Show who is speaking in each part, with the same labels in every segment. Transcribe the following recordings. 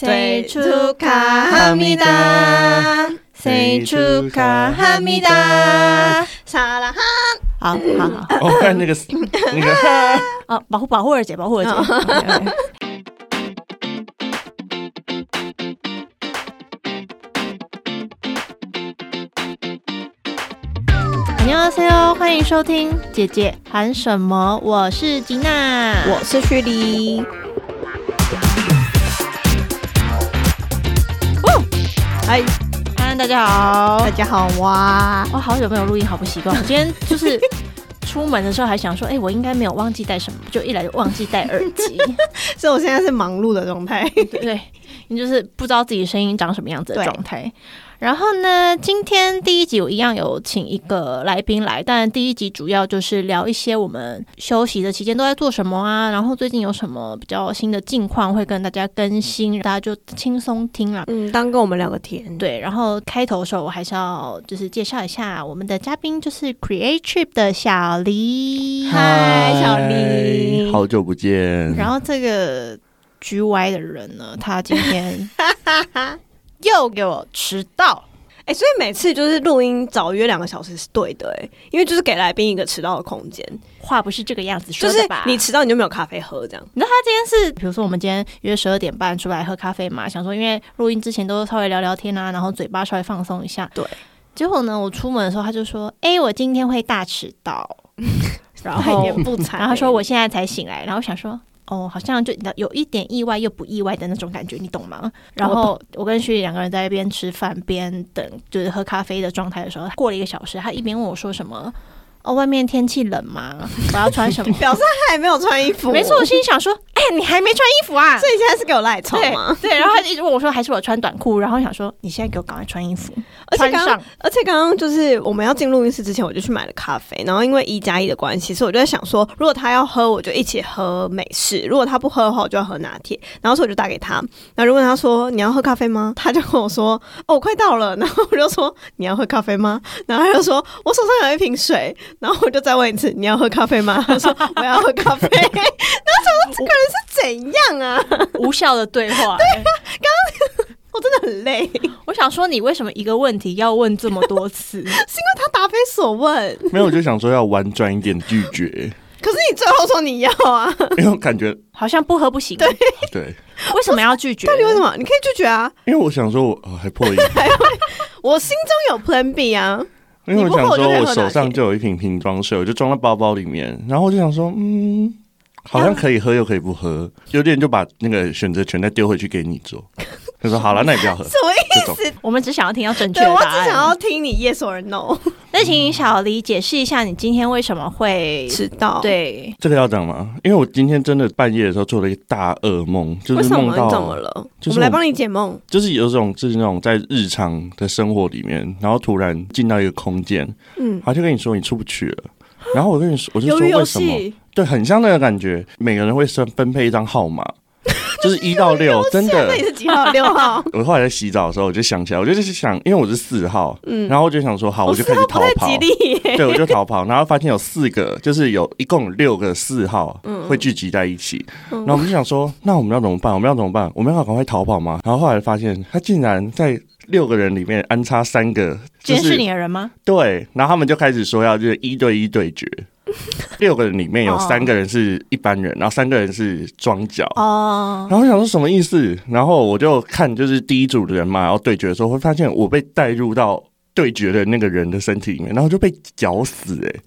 Speaker 1: 谁出卡哈密达，谁出卡哈密达，沙拉哈。
Speaker 2: 好好好，
Speaker 3: 哦，看那个那个，
Speaker 2: 啊，保护保护二姐，保护二姐。OK，OK 你好，C O，欢迎收听《姐姐喊什么》，我是吉娜，
Speaker 1: 我是徐黎。
Speaker 2: 嗨，哦嗨，大家好
Speaker 1: 大，家好哇！
Speaker 2: 我啊好久没有录音，好不习惯。我今天就是 出门的时候还想说，哎、我应该没有忘记带什么，就一来就忘记戴耳机，
Speaker 1: 所以我现在是忙碌的状态。
Speaker 2: 对对，你就是不知道自己声音长什么样子的状态。然后呢，今天第一集我一样有请一个来宾来，但第一集主要就是聊一些我们休息的期间都在做什么啊，然后最近有什么比较新的近况会跟大家更新，大家就轻松听啦。
Speaker 1: 嗯，当跟我们聊个天。
Speaker 2: 对，然后开头的时候我还是要就是介绍一下我们的嘉宾，就是 Create Trip 的小黎，
Speaker 1: 嗨小黎
Speaker 3: 好久不
Speaker 1: 嗯
Speaker 3: 见。
Speaker 2: 然后这个 G Y 的 人呢，他今天又给我迟到，
Speaker 1: 哎、所以每次就是录音早约两个小时是对的、哎，因为就是给来宾一个迟到的空间，
Speaker 2: 话不是这个样子
Speaker 1: 就
Speaker 2: 说
Speaker 1: 是
Speaker 2: 的吧？
Speaker 1: 你迟到你就没有咖啡喝这样。
Speaker 2: 但是比如说我们今天约十二点半出来喝咖啡嘛，想说因为录音之前都稍微聊聊天啊，然后嘴巴稍微放松一下。
Speaker 1: 对，
Speaker 2: 结果呢，我出门的时候他就说：“哎、我今天会大迟到。”然
Speaker 1: 那
Speaker 2: 后
Speaker 1: 也不惨
Speaker 2: 然后他说我现在才醒来，然后想说。哦，好像就有一点意外又不意外的那种感觉，你懂吗？然后我跟徐两个人在一边吃饭边等，就是喝咖啡的状态的时候，过了一个小时，他一边问我说什么：“哦，外面天气冷吗？我要穿 什么
Speaker 1: 表示他还没有穿衣服，
Speaker 2: 没错，我心里想说：“哎、你还没穿衣服啊？”
Speaker 1: 所以现在是给我赖床吗？
Speaker 2: 对，然后他就一直问我说：“还是我穿短裤？”然后我想说：“你现在给我赶快穿衣服，
Speaker 1: 而且
Speaker 2: 穿
Speaker 1: 刚
Speaker 2: 上。
Speaker 1: 而且刚刚就是我们要进录音室之前，我就去买了咖啡，然后因为一加一的关系，所以我就在想说，如果他要喝，我就一起喝美式；如果他不喝的话，我就要喝拿铁。然后所以我就打给他，然后就问他说：“你要喝咖啡吗？”他就跟我说：“哦，我快到了。”然后我就说：“你要喝咖啡吗？”然后他就说：“我手上有一瓶水。”然后我就再问一次：“你要喝咖啡吗？”他 说：“我要喝咖啡。”然后我想说这个人是怎样啊？”
Speaker 2: 无效的对话、哎
Speaker 1: 我真的很累，
Speaker 2: 我想说，你为什么一个问题要问这么多次？
Speaker 1: 他答非所问。
Speaker 3: 没有，我就想说要婉转一点拒 绝，
Speaker 1: 可是你最后说你要啊。
Speaker 3: 因为我感觉哦
Speaker 2: 好像不喝不行。对，
Speaker 3: 对，
Speaker 2: 为什么要拒绝？
Speaker 1: 到底为什么？你可以拒绝啊！
Speaker 3: 因为我想说我、哦、还 破音，
Speaker 1: 我心中有 Plan B 啊，
Speaker 3: 因为我想说
Speaker 1: 你不喝
Speaker 3: 我手上
Speaker 1: 我就可以喝拿铁
Speaker 3: 就有一瓶瓶装水，我就装到包包里面，然后我就想说，嗯，好像可以喝又可以不喝，有点就把那个选择权再丢回去给你做。 他说好了，那你 不要喝，
Speaker 1: 什么意
Speaker 3: 这种
Speaker 1: 思？
Speaker 2: 我们只想要听到正确
Speaker 1: 对
Speaker 2: 的
Speaker 1: 我
Speaker 2: 答
Speaker 1: 只
Speaker 2: 案。
Speaker 1: 想要听你 yes or no，
Speaker 2: 那请小黎解释一下，你今天为什么会
Speaker 1: 知道？，
Speaker 2: 对？
Speaker 3: 这个要讲吗？因为我今天真的半夜的时候做了一个大噩梦，就
Speaker 1: 为
Speaker 3: 是
Speaker 1: 什
Speaker 3: 梦
Speaker 1: 么？
Speaker 3: 到
Speaker 1: 你怎么了？
Speaker 3: 就是
Speaker 1: 我们来
Speaker 3: 我
Speaker 1: 帮你解梦。
Speaker 3: 就是有种就是那种在日常的生活里面，然后突然进到一个空间，
Speaker 1: 嗯，
Speaker 3: 他就跟你说你出不去了，然后我跟你说，我就
Speaker 1: 鱿
Speaker 3: 说
Speaker 1: 鱼游
Speaker 3: 为什么？
Speaker 1: 戏，
Speaker 3: 对，很像那个感觉，每个人会分分配一张号码， 就是一到六，真 的
Speaker 1: 那你。是几号？六 号？
Speaker 3: 我后来在洗澡的时候，我就想起来，我就就是想，因为我是四号，
Speaker 1: 嗯
Speaker 3: 然后我就想说，好，我就开始逃
Speaker 1: 不太
Speaker 3: 跑
Speaker 1: 吉，利耶。
Speaker 3: 对，我就逃跑，然后发现有四个，就是有一共有六个四号
Speaker 1: 嗯
Speaker 3: 会聚集在一起，然后我们就想说， 那我们要怎么办？我们要怎么办？我们要赶快逃跑吗？然后后来发现，他竟然在六个人里面安插三个，
Speaker 2: 今
Speaker 3: 就
Speaker 2: 天
Speaker 3: 是
Speaker 2: 是你的人吗？
Speaker 3: 对，然后他们就开始说要就是一对一对决。六个人里面有三个人是一般人，然后三个人是装脚。
Speaker 2: 哦，
Speaker 3: 然后我想说什么意思？然后我就看就是第一组的人嘛，然后对决的时候会发现我被带入到对决的那个人的身体里面，然后就被绞死哎、欸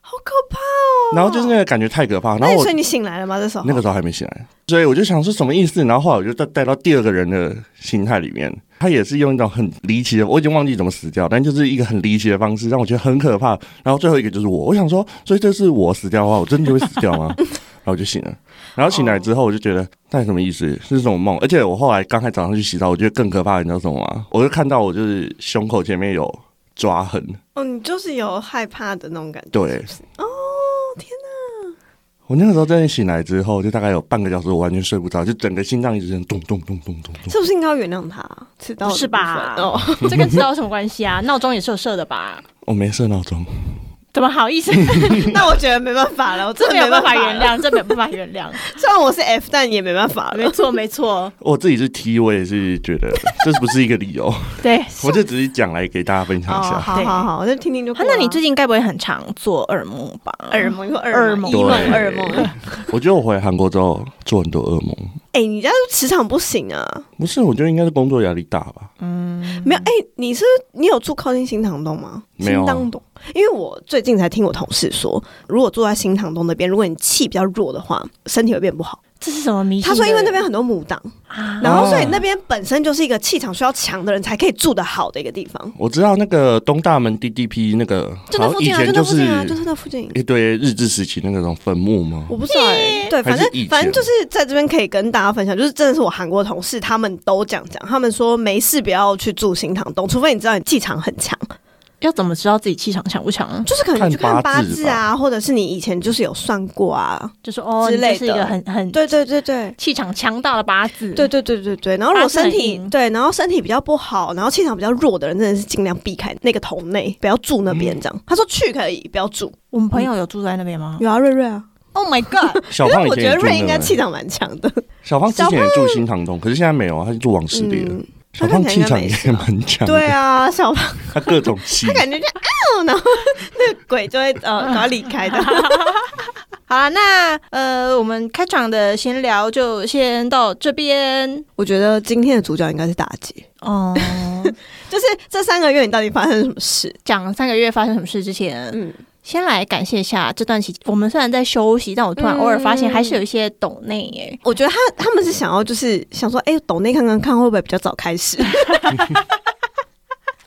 Speaker 1: 好可怕哦！
Speaker 3: 然后就是那个感觉太可怕，然
Speaker 1: 那
Speaker 3: 后
Speaker 1: 你
Speaker 3: 我
Speaker 1: 说你醒来了吗？这时候
Speaker 3: 那个时候还没醒来，所以我就想说什么意思，然后后来我就带带到第二个人的心态里面，他也是用一种很离奇的，我已经忘记怎么死掉，但就是一个很离奇的方式，让我觉得很可怕。然后最后一个就是我，我想说，所以这是我死掉的话，我真的就会死掉吗？然后我就醒了，然后醒来之后我就觉得，那什么意思？是这种梦？而且我后来刚才早上去洗澡，我觉得更可怕，你知道什么吗？我就看到我就是胸口前面有抓痕，
Speaker 1: 哦，你就是有害怕的那种感觉。
Speaker 3: 对，
Speaker 1: 是不是哦，天哪！
Speaker 3: 我那个时候真的醒来之后，就大概有半个小时，我完全睡不着，就整个心脏一直在咚咚咚咚咚咚。
Speaker 1: 是不是应该要原谅他？迟到
Speaker 2: 不
Speaker 1: 的
Speaker 2: 是吧
Speaker 1: 部 分哦，
Speaker 2: 这跟知道有什么关系啊？闹钟也是有设的吧？
Speaker 3: 我没设闹钟，
Speaker 2: 怎么好意 思？
Speaker 1: 那我觉得没办法了，我真
Speaker 2: 这
Speaker 1: 的
Speaker 2: 没有
Speaker 1: 办
Speaker 2: 办法原
Speaker 1: 了。
Speaker 2: 谅， 这没有办法原谅。
Speaker 1: 虽然我是 F，但也没办法
Speaker 2: 没
Speaker 1: 了。
Speaker 2: 错，没错，
Speaker 3: 我自己是 T，我也是觉得这不是一个 理由，
Speaker 2: 对。
Speaker 3: 我就只是讲来给大家分享一下。
Speaker 1: 哦好好好，我就听听就过
Speaker 2: 啊
Speaker 1: 了。
Speaker 2: 那你最近该不会很常做噩梦吧？
Speaker 1: 耳梦，有
Speaker 2: 耳
Speaker 1: 耳梦，
Speaker 2: 梦
Speaker 1: 一
Speaker 3: 对
Speaker 1: 梦耳梦。
Speaker 3: 我觉得我回韩国之后做很多噩梦，
Speaker 1: 哎，你这样磁场不行啊！
Speaker 3: 不是，我觉得应该是工作压力大吧。
Speaker 1: 没有，哎，你是你有住靠近新塘东吗？
Speaker 3: 没有
Speaker 1: 新
Speaker 3: 啊
Speaker 1: 塘东，因为我最近才听我同事说，如果住在新塘东那边，如果你气比较弱的话，身体会变不好。
Speaker 2: 这是什么迷信的？
Speaker 1: 他说，因为那边很多母党，
Speaker 2: 啊，
Speaker 1: 然后所以
Speaker 3: 哦
Speaker 1: 那边本身就是一个气场需要强的人才可以住得好的一个地方。
Speaker 3: 我知道那个东大门 DDP 那个，
Speaker 1: 就那
Speaker 3: 好像
Speaker 1: 附
Speaker 3: 以
Speaker 1: 近啊，
Speaker 3: 前
Speaker 1: 就那附
Speaker 3: 是
Speaker 1: 近啊，就是那附近。
Speaker 3: 一堆日治时期的那种坟墓吗
Speaker 1: 我？不知道、欸，对，
Speaker 3: 还
Speaker 1: 反
Speaker 3: 是
Speaker 1: 正
Speaker 3: 以前
Speaker 1: 反正就是在这边可以跟大家分享，就是真的是我韩国同事他们都讲讲，他们说没事不要去住新堂东，除非你知道你气场很强，
Speaker 2: 要怎么知道自己气场强不强？
Speaker 1: 就是可能你去
Speaker 3: 看
Speaker 1: 看
Speaker 3: 八
Speaker 1: 八
Speaker 3: 字
Speaker 1: 字啊，或者是你以前就是有算过啊，
Speaker 2: 就是哦，
Speaker 1: 之
Speaker 2: 你
Speaker 1: 类
Speaker 2: 就
Speaker 1: 的
Speaker 2: 是一个很很
Speaker 1: 对对对对。
Speaker 2: 气场强大的八字。
Speaker 1: 对对对对对，然后如
Speaker 2: 八
Speaker 1: 果
Speaker 2: 字很
Speaker 1: 身体
Speaker 2: 硬
Speaker 1: 对，然后身体比较不好，然后气场比较弱的人，真的是尽量避开那个头内，不要住那边
Speaker 3: 嗯
Speaker 1: 这样。他说去可以，不要住。
Speaker 2: 我们朋友有住在那边吗
Speaker 1: 有啊，瑞瑞啊，
Speaker 2: ？Oh my god！
Speaker 3: 小
Speaker 1: 但
Speaker 3: 胖 以
Speaker 1: 我
Speaker 3: 前
Speaker 1: 觉
Speaker 3: 也
Speaker 1: 得
Speaker 3: 住
Speaker 1: 瑞
Speaker 3: 那
Speaker 1: 应该
Speaker 3: 个
Speaker 1: 气场蛮强的。
Speaker 3: 小胖之前也住新堂洞，可是现在没有，啊他是住王室里的。
Speaker 1: 嗯，
Speaker 3: 小胖气场
Speaker 1: 他看起来应该
Speaker 3: 也
Speaker 1: 没事
Speaker 3: 蛮强，
Speaker 1: 对，啊，小胖
Speaker 3: 他各种气
Speaker 1: 他。感觉就啊，然后那个鬼就会 呃赶快离开的。
Speaker 2: 好啦，那呃，我们开场的闲聊就先到这边。
Speaker 1: 我觉得今天的主角应该是大姐，
Speaker 2: 哦，
Speaker 1: 就是这三个月你到底发生什么事？
Speaker 2: 讲三个月发生什么事之前，
Speaker 1: 嗯，
Speaker 2: 先来感谢一下这段期间，我们虽然在休息，但我突然偶尔发现还是有一些抖内耶。
Speaker 1: 我觉得他他们是想要就是想说，哎、抖内看看看会不会比较早开 始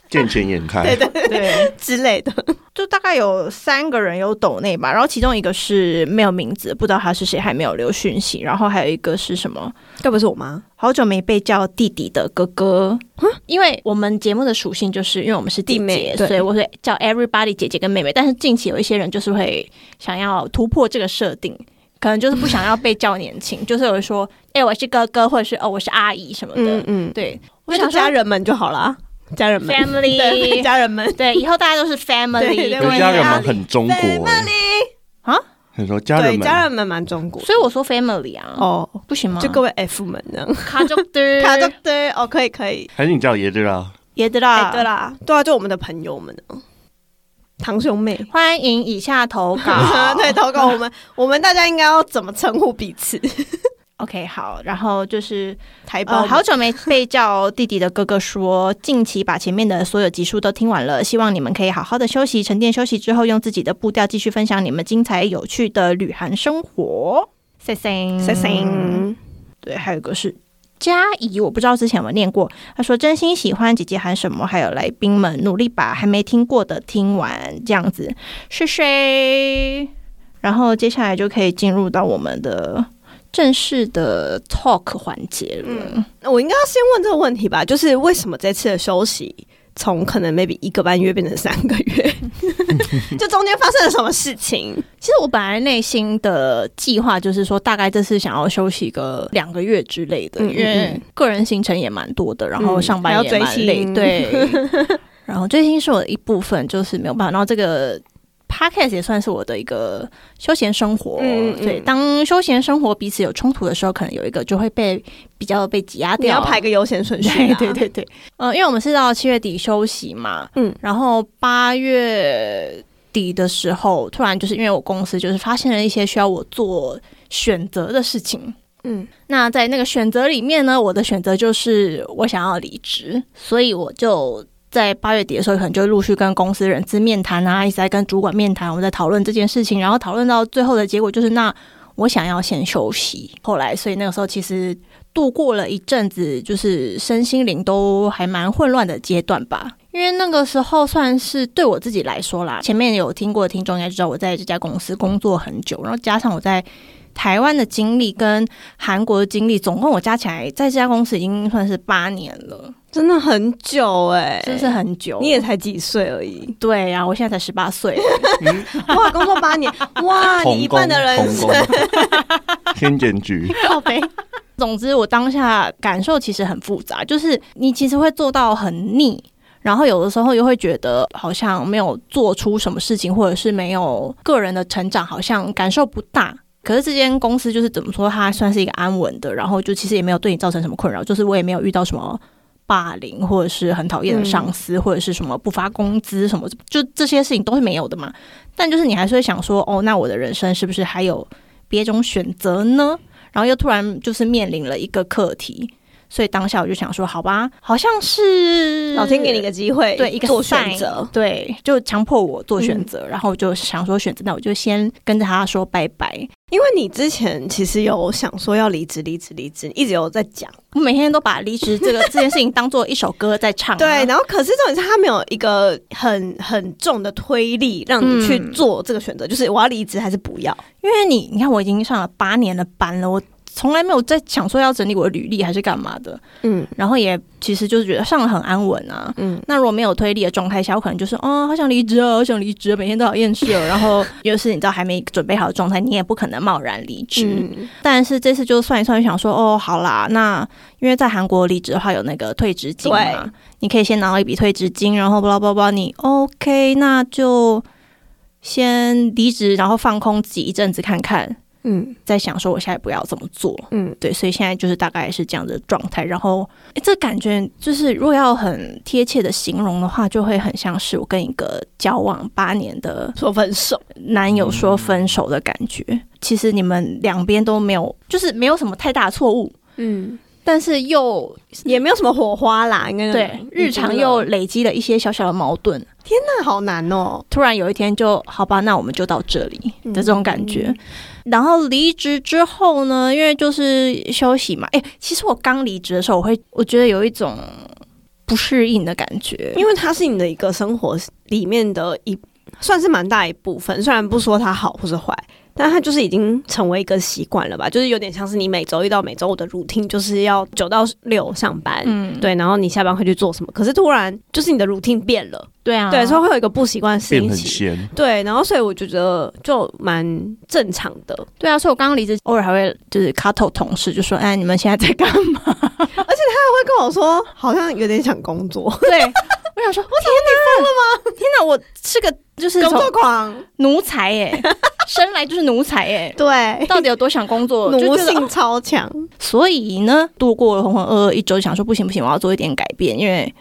Speaker 3: 见钱眼开。
Speaker 1: 对对
Speaker 2: 对，
Speaker 1: 之类的。
Speaker 2: 就大概有三个人有抖内吧，然后其中一个是没有名字，不知道他是谁，还没有留讯息，然后还有一个是什么？
Speaker 1: 该不是我妈？
Speaker 2: 好久没被叫弟弟的哥哥，因为我们节目的属性就是因为我们是弟
Speaker 1: 弟
Speaker 2: 姐
Speaker 1: 妹，对
Speaker 2: 所以我会叫 everybody 姐姐跟妹妹。但是近期有一些人就是会想要突破这个设定，可能就是不想要被叫年轻，就是有人说，哎、我是哥哥，或者是哦，我是阿姨什么的。
Speaker 1: 嗯嗯，
Speaker 2: 对，我
Speaker 1: 那就
Speaker 2: 想
Speaker 1: 家
Speaker 2: 说
Speaker 1: 人们就好啦，家人们， 对，
Speaker 2: family，
Speaker 1: 家人们。
Speaker 2: 对，以后大家都是 family，
Speaker 1: 对
Speaker 2: 对
Speaker 1: 对
Speaker 3: 可
Speaker 1: 我
Speaker 3: 是
Speaker 1: 也
Speaker 3: 家人
Speaker 1: 压
Speaker 3: 们
Speaker 1: 力
Speaker 3: 很中国欸
Speaker 2: 啊，
Speaker 3: 很说家人
Speaker 1: 对，
Speaker 3: 们
Speaker 1: 家人们蛮中国的
Speaker 2: 所以我说 family 啊，哦，
Speaker 1: 哦，
Speaker 2: 不行吗？
Speaker 1: 就各位 F 们这样。
Speaker 2: 卡住的，
Speaker 1: 卡对对哦，可以可以。
Speaker 3: 还是你叫爷对啦。
Speaker 2: 也得
Speaker 1: 哎、
Speaker 2: 啦，
Speaker 1: 对啦，对啊，就我们的朋友们呢，堂兄妹。
Speaker 2: 欢迎以下投稿。
Speaker 1: 对，投稿我们，我们大家应该要怎么称呼彼此？
Speaker 2: 呃 OK，好，然后就是
Speaker 1: 台胞、
Speaker 2: 呃，好，久没被叫弟弟的哥哥说，近期把前面的所有集数都听完了，希望你们可以好好的休息、沉淀休息之后，用自己的步调继续分享你们精彩有趣的旅韩生活。谢谢，
Speaker 1: 谢谢。嗯
Speaker 2: 对，还有一个是佳怡，我不知道之前有没有念过。他说真心喜欢姐姐喊什么，还有来宾们努力把还没听过的听完，这样子是谁？然后接下来就可以进入到我们的正式的 talk 环节了。
Speaker 1: 那我应该要先问这个问题吧，就是为什么这次的休息从可能 maybe 一个半月变成三个 月？就中间发生了什么事情？
Speaker 2: 其实我本来内心的计划就是说，大概这次想要休息个两个月之类的，
Speaker 1: 嗯嗯嗯嗯
Speaker 2: 因为个人行程也蛮多的，然后上班也蛮累，
Speaker 1: 还要
Speaker 2: 对
Speaker 1: 追。
Speaker 2: 然后追星是我的一部分，就是没有办法。然后这个 podcast 也算是我的一个休闲生活，
Speaker 1: 嗯嗯嗯
Speaker 2: 对。当休闲生活彼此有冲突的时候，可能有一个就会被比较被挤压
Speaker 1: 你
Speaker 2: 掉，
Speaker 1: 要排个优先 顺序、啊
Speaker 2: 对对，对对，呃，因为我们是到七月底休息嘛，嗯
Speaker 1: 嗯，
Speaker 2: 然后八月底的时候，突然就是因为我公司就是发现了一些需要我做选择的事情。
Speaker 1: 嗯，
Speaker 2: 那在那个选择里面呢，我的选择就是我想要离职，所以我就在八月底的时候，可能就陆续跟公司人资面谈啊，一直在跟主管面谈，我们在讨论这件事情，然后讨论到最后的结果就是，那我想要先休息。后来，所以那个时候其实度过了一阵子，就是身心灵都还蛮混乱的阶段吧。因为那个时候算是对我自己来说啦，前面有听过的听众应该知道，我在这家公司工作很久，然后加上我在台湾的经历跟韩国的经历，总共我加起来在这家公司已经算是八年了，
Speaker 1: 真的很久哎、
Speaker 2: 是不是很久？
Speaker 1: 你也才几岁而 已，
Speaker 2: 对呀、啊，我现在才十八岁，
Speaker 1: 哇，工作八年，哇，啊你
Speaker 3: 童
Speaker 1: 一
Speaker 3: 工，
Speaker 1: 半的人
Speaker 3: 童
Speaker 1: 生
Speaker 3: 工，天检局，
Speaker 2: 靠背。 总之，我当下感受其实很复杂，就是你其实会做到很腻，然后有的时候又会觉得好像没有做出什么事情，或者是没有个人的成长，好像感受不大。可是这间公司就是怎么说，它算是一个安稳的，然后就其实也没有对你造成什么困扰，就是我也没有遇到什么霸凌，或者是很讨厌的上司，或者是什么不发工资什么，就这些事情都是没有的嘛。但就是你还是会想说，哦，那我的人生是不是还有别种选择呢？然后又突然就是面临了一个课题，所以当下我就想说，好吧，好像是
Speaker 1: 老天给你一个机会，
Speaker 2: 对一个
Speaker 1: 做选
Speaker 2: sign
Speaker 1: 择，
Speaker 2: 对，就强迫我做选
Speaker 1: 嗯
Speaker 2: 择，然后我就想说选择，那我就先跟着他说拜拜。
Speaker 1: 因为你之前其实有想说要离职，离职，离职，一直有在讲。
Speaker 2: 我每天都把离职这个这件事情当做一首歌在唱、啊，
Speaker 1: 对，然后可是重点是他没有一个很很重的推力让你去
Speaker 2: 嗯
Speaker 1: 做这个选择，就是我要离职还是不要。
Speaker 2: 因为你你看我已经上了八年的班了，我从来没有在想说要整理我的履历还是干嘛的，
Speaker 1: 嗯
Speaker 2: 然后也其实就是觉得上了很安稳啊。
Speaker 1: 嗯，
Speaker 2: 那如果没有推力的状态下，我可能就是哦，好想离职哦，好想离职哦，每天都好厌 世哦。然后就是你知道还没准备好的状态，你也不可能贸然离职。
Speaker 1: 嗯
Speaker 2: 但是这次就算一算，就想说哦，好啦，那因为在韩国离职的话有那个退职金嘛
Speaker 1: 对，
Speaker 2: 你可以先拿到一笔退职金，然后巴拉巴拉巴拉，你 OK，那就先离职，然后放空自己一阵子看看，
Speaker 1: 嗯
Speaker 2: 再想说我下一步要怎么做。
Speaker 1: 嗯，
Speaker 2: 对，所以现在就是大概是这样的状态。然后，诶这感觉就是如果要很贴切的形容的话，就会很像是我跟一个交往八年的
Speaker 1: 说分手，
Speaker 2: 男友说分手的感觉。其实你们两边都没有，就是没有什么太大的错误，
Speaker 1: 嗯，
Speaker 2: 但是又
Speaker 1: 也没有什么火花啦，应该
Speaker 2: 对日常又累积了一些小小的矛盾。
Speaker 1: 那好难哦。
Speaker 2: 突然有一天就好吧，那我们就到这里
Speaker 1: 嗯
Speaker 2: 的这种感觉。然后离职之后呢，因为就是休息嘛。哎、其实我刚离职的时候，我会我觉得有一种不适应的感觉，
Speaker 1: 因为它是你的一个生活里面的一，算是蛮大一部分。虽然不说它好或是坏，但它就是已经成为一个习惯了吧，就是有点像是你每周一到每周五的 routine 就是要九到六上班。
Speaker 2: 嗯，
Speaker 1: 对，然后你下班会去做什么？可是突然就是你的 routine 变了，
Speaker 2: 对啊，
Speaker 1: 对，所以会有一个不习惯的事
Speaker 3: 变
Speaker 1: 情
Speaker 3: 很
Speaker 1: 起。
Speaker 3: 闲，
Speaker 1: 对，然后所以我觉得就蛮正常的，
Speaker 2: 对啊，所以我刚刚离职，偶尔还会就是卡透同事就说，哎，你们现在在干嘛？
Speaker 1: 他跟我说好像有点想工作，
Speaker 2: 对，我想说，我天哪，天哪，我是个就 是
Speaker 1: 工
Speaker 2: 从
Speaker 1: 作狂，
Speaker 2: 奴才耶、 生来就是奴才耶、
Speaker 1: 对，
Speaker 2: 到底有多想工作？ 就
Speaker 1: 奴
Speaker 2: 觉得哦
Speaker 1: 性超强，
Speaker 2: 所以呢，度过了浑浑噩噩一周，想说不行不行，我要做一点改变，因为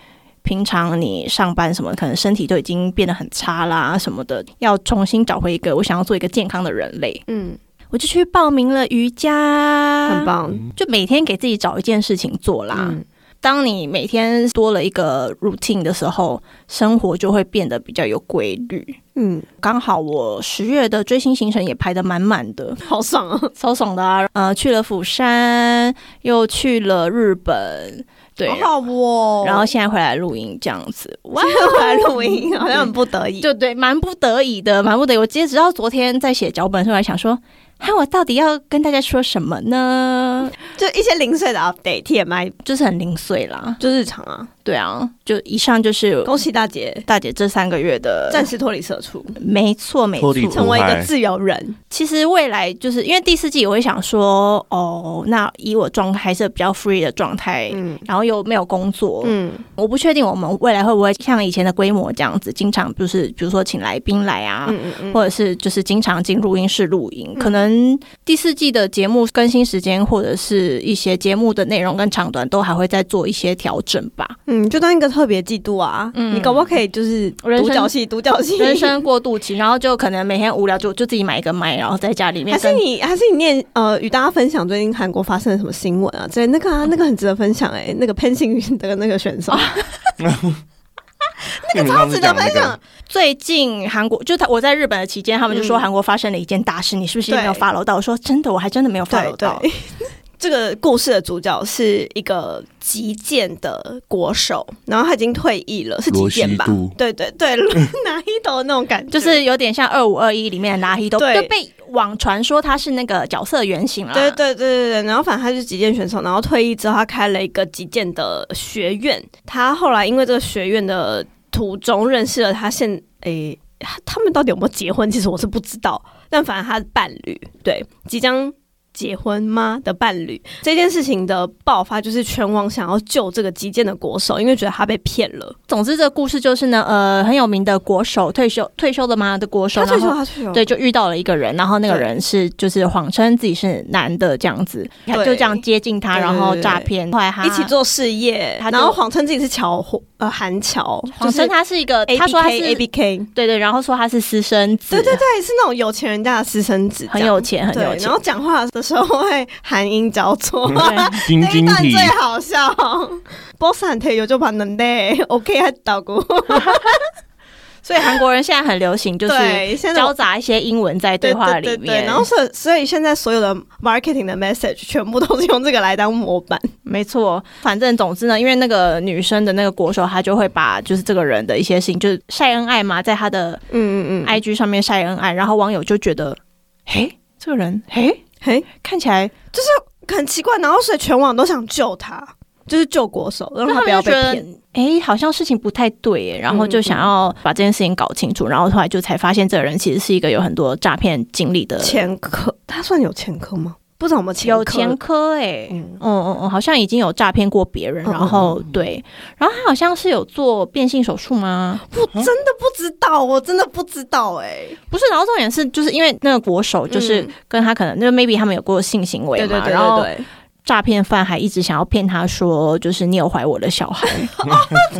Speaker 2: 平常你上班什么，可能身体都已经变得很差啦什么的，要重新找回一个我想要做一个健康的人类，
Speaker 1: 嗯，
Speaker 2: 我就去报名了瑜伽，
Speaker 1: 很，棒，
Speaker 2: 就每天给自己找一件事情做啦。
Speaker 1: 嗯
Speaker 2: 当你每天多了一个 routine 的时候，生活就会变得比较有规律。
Speaker 1: 嗯，
Speaker 2: 刚好我十月的追星行程也排得满满的，
Speaker 1: 好爽啊！
Speaker 2: 超爽的啊！呃，去了釜山，又去了日本，对，
Speaker 1: 好哦
Speaker 2: 然后现在回来录音这样子，哇，
Speaker 1: 又来录 音，好像很不得已。
Speaker 2: 就对，蛮不得已的，蛮不得已。我今天直到昨天在写脚本的时候，还想说，哈，我到底要跟大家说什么呢？
Speaker 1: 就一些零碎的 update TMI，
Speaker 2: 就是很零碎啦，
Speaker 1: 就日常啊。
Speaker 2: 对啊，就以上就是
Speaker 1: 恭喜大姐
Speaker 2: 大姐这三个月的，
Speaker 1: 暂时脱离社畜，
Speaker 2: 没错，没
Speaker 3: 脱离
Speaker 2: 错
Speaker 3: 苦。
Speaker 1: 成为一
Speaker 3: 嗨
Speaker 1: 个自由人。
Speaker 2: 其实未来就是因为第四季，我会想说，哦，那以我状态还是比较 free 的状态。
Speaker 1: 嗯
Speaker 2: 然后又没有工作，
Speaker 1: 嗯
Speaker 2: 我不确定我们未来会不会像以前的规模这样子，经常就是比如说请来宾来啊。
Speaker 1: 嗯嗯
Speaker 2: 或者是就是经常进录音室录音，
Speaker 1: 嗯
Speaker 2: 可能第四季的节目更新时间或者是一些节目的内容跟长短都还会再做一些调整吧。
Speaker 1: 嗯，就当一个特别季度啊。
Speaker 2: 嗯
Speaker 1: 你搞不好可以就是
Speaker 2: 人生
Speaker 1: 独角戏，独角戏。
Speaker 2: 人生过渡期，然后就可能每天无聊就就自己买一个麦，然后在家里面
Speaker 1: 还是
Speaker 2: 跟
Speaker 1: 你，还是你念呃，与大家分享最近韩国发生了什么新闻啊？之类那
Speaker 2: 哦
Speaker 1: 个啊，那个很值得分享哎、那个潘幸运的那个选手，
Speaker 2: 啊
Speaker 3: 那个超值
Speaker 1: 值得分享。
Speaker 2: 最近韩国就他我在日本的期间，他们就说
Speaker 1: 嗯
Speaker 2: 韩国发生了一件大事，你是不是没有
Speaker 1: 对
Speaker 2: follow 到？我说真的，我还真的没有 follow 到。
Speaker 1: 对， 这个故事的主角是一个击剑的国手，然后他已经退役了，是击剑吧
Speaker 3: 罗西都？
Speaker 1: 对对对， 拿一头那种感觉，
Speaker 2: 就是有点像二五二一里面的拉希都
Speaker 1: 对
Speaker 2: 就被网传说他是那个角色原型啦。
Speaker 1: 对对对对对，然后反正他是击剑选手，然后退役之后，他开了一个击剑的学院。他后来因为这个学院的途中认识了他现诶、他们到底有没有结婚？其实我是不知道，但反正他的伴侣对即将结婚吗的伴侣这件事情的爆发，就是全网想要救这个击剑的国手，因为觉得他被骗了。
Speaker 2: 总之，这个故事就是呢，呃，很有名的国手退休退休的嘛的国手，
Speaker 1: 他退休，
Speaker 2: 然
Speaker 1: 他
Speaker 2: 后
Speaker 1: 退休，
Speaker 2: 对，就遇到了一个人，然后那个人是就是谎称自己是男的这样子，他
Speaker 1: 对
Speaker 2: 就这样接近他，
Speaker 1: 对对
Speaker 2: 然
Speaker 1: 对
Speaker 2: 后诈骗，后来他
Speaker 1: 一起做事业，
Speaker 2: 他就
Speaker 1: 然后谎称自己是乔呃韩乔，
Speaker 2: 谎称他是一个，
Speaker 1: 就是 ABK,
Speaker 2: 他说他
Speaker 1: A
Speaker 2: 是
Speaker 1: B K，
Speaker 2: 对对，然后说他是私生子，
Speaker 1: 对对对，是那种有钱人家的私生子，
Speaker 2: 很有钱，很
Speaker 1: 这样
Speaker 2: 有
Speaker 1: 对，
Speaker 2: 钱
Speaker 1: 然。后讲话的时候会含 音交错。
Speaker 2: 对，
Speaker 3: 晶
Speaker 1: 那一
Speaker 3: 晶
Speaker 1: 段
Speaker 3: 体
Speaker 1: 最好笑，boss 很退休就把能耐 OK 还捣鼓，
Speaker 2: 所以韩国人现在很流行，就是
Speaker 1: 对，现在
Speaker 2: 交杂一些英文在对话里
Speaker 1: 对对对
Speaker 2: 面。
Speaker 1: 对，然后所以所以现在所有的 marketing 的 message 全部都是用这个来当模板，
Speaker 2: 没错，反正总之呢，因为那个女生的那个国手，她就会把就是这个人的一些事情，就是晒恩爱嘛，在她的
Speaker 1: 嗯嗯
Speaker 2: IG 上面晒恩爱，然后网友就觉得，嘿，这个人，嘿，
Speaker 1: 嘿，
Speaker 2: 看起来，
Speaker 1: 很奇怪，然后所以全网都想救他，就是救国手，让
Speaker 2: 就
Speaker 1: 他
Speaker 2: 他
Speaker 1: 不
Speaker 2: 们
Speaker 1: 要
Speaker 2: 就
Speaker 1: 被
Speaker 2: 觉得
Speaker 1: 骗。，
Speaker 2: 哎，好像事情不太对
Speaker 1: 嗯
Speaker 2: 耶，然后就想要把这件事情搞清楚，然后后来就才发现，这个人其实是一个有很多诈骗经历的，
Speaker 1: 前科，他算有前科吗？不知道有没有前科
Speaker 2: 有前科哎，
Speaker 1: 嗯
Speaker 2: 嗯嗯嗯，好像已经有诈骗过别人，
Speaker 1: 嗯
Speaker 2: 然后对，然后他好像是有做变性手术吗？
Speaker 1: 不，
Speaker 3: 啊
Speaker 1: 真的不知道，我真的不知道哎、
Speaker 2: 不是，然后重点是，就是因为那个国手就是
Speaker 1: 嗯
Speaker 2: 跟他可能、就 maybe 他们有过性行为嘛，
Speaker 1: 对对对
Speaker 2: 然
Speaker 1: 对
Speaker 2: 后
Speaker 1: 对，
Speaker 2: 诈骗犯还一直想要骗他说，就是你有怀我的小孩，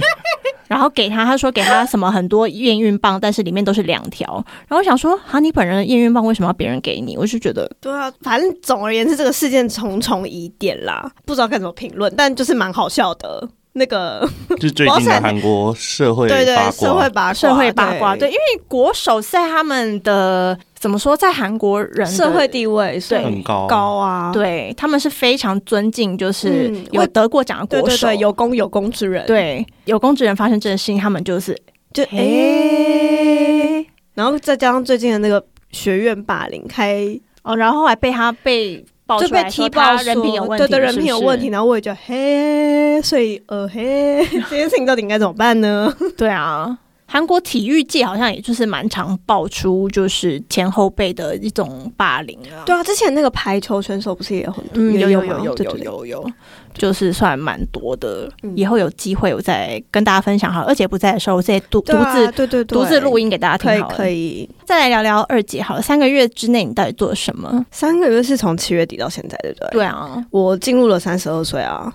Speaker 2: 然后给他他说给他什么很多验孕棒，但是里面都是两条，然后我想说哈，你本人的验孕棒为什么要别人给你？我就觉得
Speaker 1: 对啊，反正总而言之，这个事件重重疑点啦，不知道该怎么评论，但就是蛮好笑的。那个
Speaker 3: 就是最近的韩国社会
Speaker 1: 对对
Speaker 3: 八
Speaker 1: 社
Speaker 3: 卦
Speaker 1: 会，八卦，
Speaker 2: 社会八卦，对，因为国手在他们的怎么说，在韩国人的
Speaker 1: 社会地位是
Speaker 2: 对
Speaker 3: 很高
Speaker 1: 高啊，
Speaker 2: 对他们是非常尊敬，就是
Speaker 1: 嗯
Speaker 2: 有
Speaker 1: 会
Speaker 2: 得过奖的
Speaker 1: 对
Speaker 2: 国
Speaker 1: 对
Speaker 2: 手，
Speaker 1: 对，有功有功之人，，
Speaker 2: 对有公职人发生这件事情，他们就是
Speaker 1: 就哎、
Speaker 2: 诶
Speaker 1: 然后再加上最近的那个学院霸凌开，
Speaker 2: 哦，然后还被他被爆
Speaker 1: 就
Speaker 2: 出
Speaker 1: 被
Speaker 2: 来
Speaker 1: 踢
Speaker 2: 说
Speaker 1: 爆
Speaker 2: 他
Speaker 1: 说，
Speaker 2: 人品有问题，
Speaker 1: 对对，人品有问题，
Speaker 2: 是
Speaker 1: 然后我也觉得嘿，所以呃嘿， 这件事情到底应该怎么办呢？
Speaker 2: 不是对啊。韩国体育界好像也就是蛮常爆出就是前后辈的一种霸凌啊，
Speaker 1: 对啊，之前那个排球选手不是也很多
Speaker 2: 嗯，
Speaker 1: 也
Speaker 2: 有有
Speaker 1: 吗
Speaker 2: 有有
Speaker 1: 对
Speaker 2: 有
Speaker 1: 对
Speaker 2: 有有，就是算蛮多的。
Speaker 1: 嗯
Speaker 2: 以后有机会我再跟大家分享好了，而且不在的时候我再独独
Speaker 1: 对啊
Speaker 2: 自
Speaker 1: 对对对
Speaker 2: 独自录音给大家
Speaker 1: 可以
Speaker 2: 听好了。
Speaker 1: 可
Speaker 2: 以，
Speaker 1: 以，
Speaker 2: 再来聊聊二姐好了，三个月之内你到底做了什么？
Speaker 1: 三个月是从七月底到现在，对不对？，
Speaker 2: 对啊，
Speaker 1: 我进入了三十二岁啊。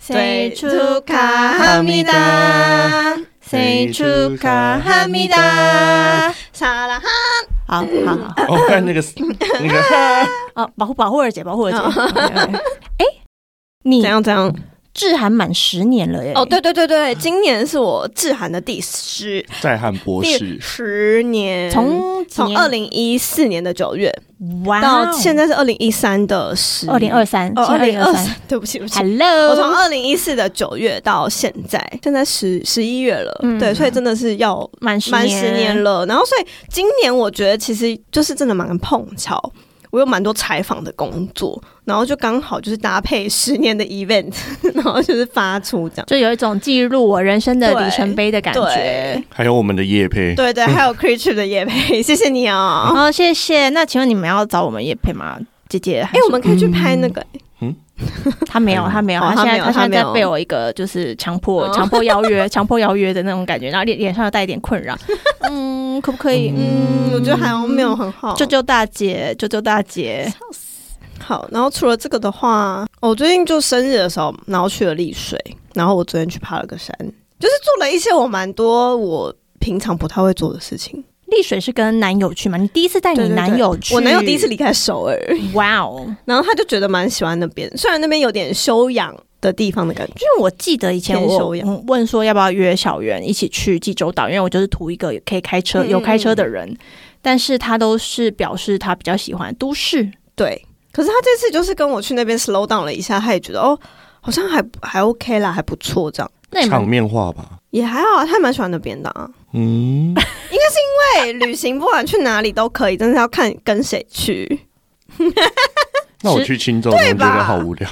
Speaker 2: 谁出
Speaker 1: 卡哈密达，
Speaker 2: 谁出卡哈密达
Speaker 1: 哒，沙拉哈，
Speaker 2: 好好好，
Speaker 3: 我看哦那个那个，
Speaker 2: 哦，保护保护二姐，保护二姐。
Speaker 1: 哦
Speaker 2: OK，OK 哎，
Speaker 1: 怎
Speaker 2: 你
Speaker 1: 样怎样？
Speaker 2: 治韩满十年了耶！
Speaker 1: 哦，，对对对对，今年是我致韩的第十
Speaker 3: 在汉博
Speaker 1: 第
Speaker 3: 士，
Speaker 1: 十年，
Speaker 2: 从几
Speaker 1: 从
Speaker 2: 年
Speaker 1: 二零一四年的九月
Speaker 2: 哇哦
Speaker 1: 到现在是二零一三的十，
Speaker 2: 二零二三，
Speaker 1: 哦二零二
Speaker 2: 三
Speaker 1: 三，对不起对不起。
Speaker 2: ，Hello，
Speaker 1: 我从二零一四的九月到现在，现在十十一月了，
Speaker 2: 嗯
Speaker 1: 对，所以真的是要
Speaker 2: 满十
Speaker 1: 满十年了。然后，所以今年我觉得其实就是真的蛮碰巧，我有蛮多采访的工作，然后就刚好就是搭配十年的 event，然 后就是发出这样。
Speaker 2: 就有一种记录我人生的
Speaker 1: 对
Speaker 2: 里程碑的感觉
Speaker 1: 对。
Speaker 3: 还有我们的叶佩，
Speaker 1: 对对，还有 creature 的夜配，谢谢你啊、
Speaker 2: 然
Speaker 1: 哦！
Speaker 2: 后谢谢。那请问你们要找我们叶配吗？姐姐，哎
Speaker 1: 哎、我们可以去拍那个，
Speaker 2: 他没有，
Speaker 3: 嗯
Speaker 2: 他没有，
Speaker 1: 哦他
Speaker 2: 他现
Speaker 1: 没
Speaker 2: 在
Speaker 1: 有
Speaker 2: 他现
Speaker 1: 他没
Speaker 2: 在
Speaker 1: 有
Speaker 2: 在被我一个就是强迫
Speaker 1: 哦
Speaker 2: 强迫邀约 强迫邀约的那种感觉，然后脸脸上又带一点困 扰。嗯，可不可以？
Speaker 1: 嗯，我觉得还好没有很好，
Speaker 2: 救救大姐，救救大姐！
Speaker 1: 好。然后除了这个的话，哦我最近就生日的时候，然后去了丽水，然后我昨天去爬了个山，就是做了一些我蛮多我平常不太会做的事情。
Speaker 2: 丽水是跟男友去吗？你第一次带你
Speaker 1: 对对对
Speaker 2: 男友去？
Speaker 1: 我男友第一次。离开首尔，
Speaker 2: 哇哦！
Speaker 1: 然后他就觉得蛮喜欢那边，虽然那边有点休养的地方的感觉
Speaker 2: 因。为我记得以前
Speaker 1: 天
Speaker 2: 我
Speaker 1: 修养
Speaker 2: 嗯问说要不要约小圆一起去济州岛，因为我就是图一个可以开车、
Speaker 1: 嗯嗯
Speaker 2: 有开车的人，但是他都是表示他比较喜欢都市。
Speaker 1: 对，可是他这次就是跟我去那边 slow down 了一下，他也觉得哦，好像还还 OK 啦，还不错，这样
Speaker 2: 那你
Speaker 3: 场
Speaker 2: 们
Speaker 3: 面化吧，
Speaker 1: 也还好啊，他蛮喜欢那边的啊。
Speaker 3: 嗯，
Speaker 1: 对，旅行不管去哪里都可以，真是要看跟谁去。
Speaker 3: 那我去青州，你们觉
Speaker 1: 对
Speaker 3: 得
Speaker 1: 吧
Speaker 3: 好无聊。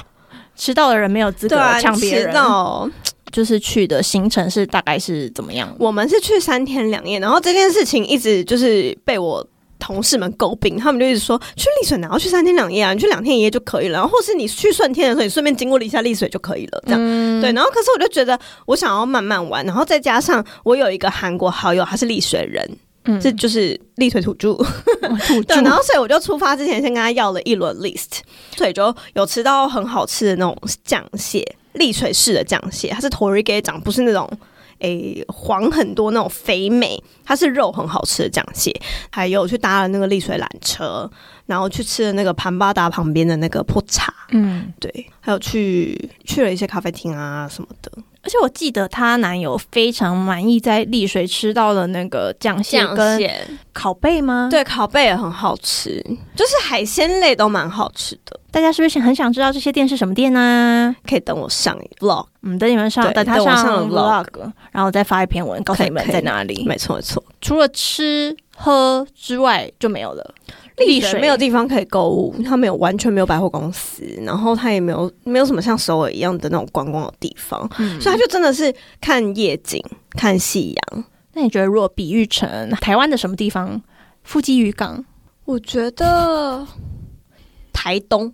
Speaker 2: 迟到的人没有资格
Speaker 1: 对啊，
Speaker 2: 呛别
Speaker 1: 迟
Speaker 2: 人。
Speaker 1: 到。
Speaker 2: 就是去的行 程是大概是怎么样？
Speaker 1: 我们是去三天两夜，然后这件事情一直就是被我同事们诟病，他们就一直说去丽水哪要去三天两夜啊，你去两天一夜就可以了，然后或是你去顺天的时候，你顺便经过了一下丽水就可以了，这样、对。然后可是我就觉得我想要慢慢玩，然后再加上我有一个韩国好友，他是丽水人，
Speaker 2: 嗯
Speaker 1: 这就是丽水土著，
Speaker 2: 土
Speaker 1: 对，
Speaker 2: 著
Speaker 1: 然后所以我就出发之前先跟他要了一轮 list，所以就有吃到很好吃的那种酱蟹，丽水市的酱蟹，它是 torige 长，不是那种诶、黄很多那种肥美，它是肉很好吃的酱蟹。还有去搭了那个丽水缆车，然后去吃了那个盘巴达旁边的那个破茶，
Speaker 2: 嗯，
Speaker 1: 对，还有去去了一些咖啡厅啊什么的。
Speaker 2: 而且我记得她男友非常满意在丽水吃到的那个酱蟹跟
Speaker 1: 蟹
Speaker 2: 烤贝吗？，
Speaker 1: 对烤贝也很好吃，就是海鲜类都蛮好吃的。
Speaker 2: 大家是不是很想知道这些店是什么店呢？
Speaker 1: 可以等我上一 vlog，
Speaker 2: 嗯，等你们上，
Speaker 1: 对
Speaker 2: 等他
Speaker 1: 等我上
Speaker 2: 上
Speaker 1: 了
Speaker 2: vlog，然后我再发一篇文告诉
Speaker 1: 可以
Speaker 2: 你们
Speaker 1: 可以
Speaker 2: 在哪里。
Speaker 1: 没错没错。
Speaker 2: 除了吃喝之外就没有了。
Speaker 1: 丽水没有地方可以购物，它没有完全没有百货公司，然后它也没有没有什么像首尔一样的那种观光的地方，
Speaker 2: 嗯
Speaker 1: 所以它就真的是看夜景、看夕阳。
Speaker 2: 那你觉得如果比喻成台湾的什么地方？富基渔港？
Speaker 1: 我觉得台东，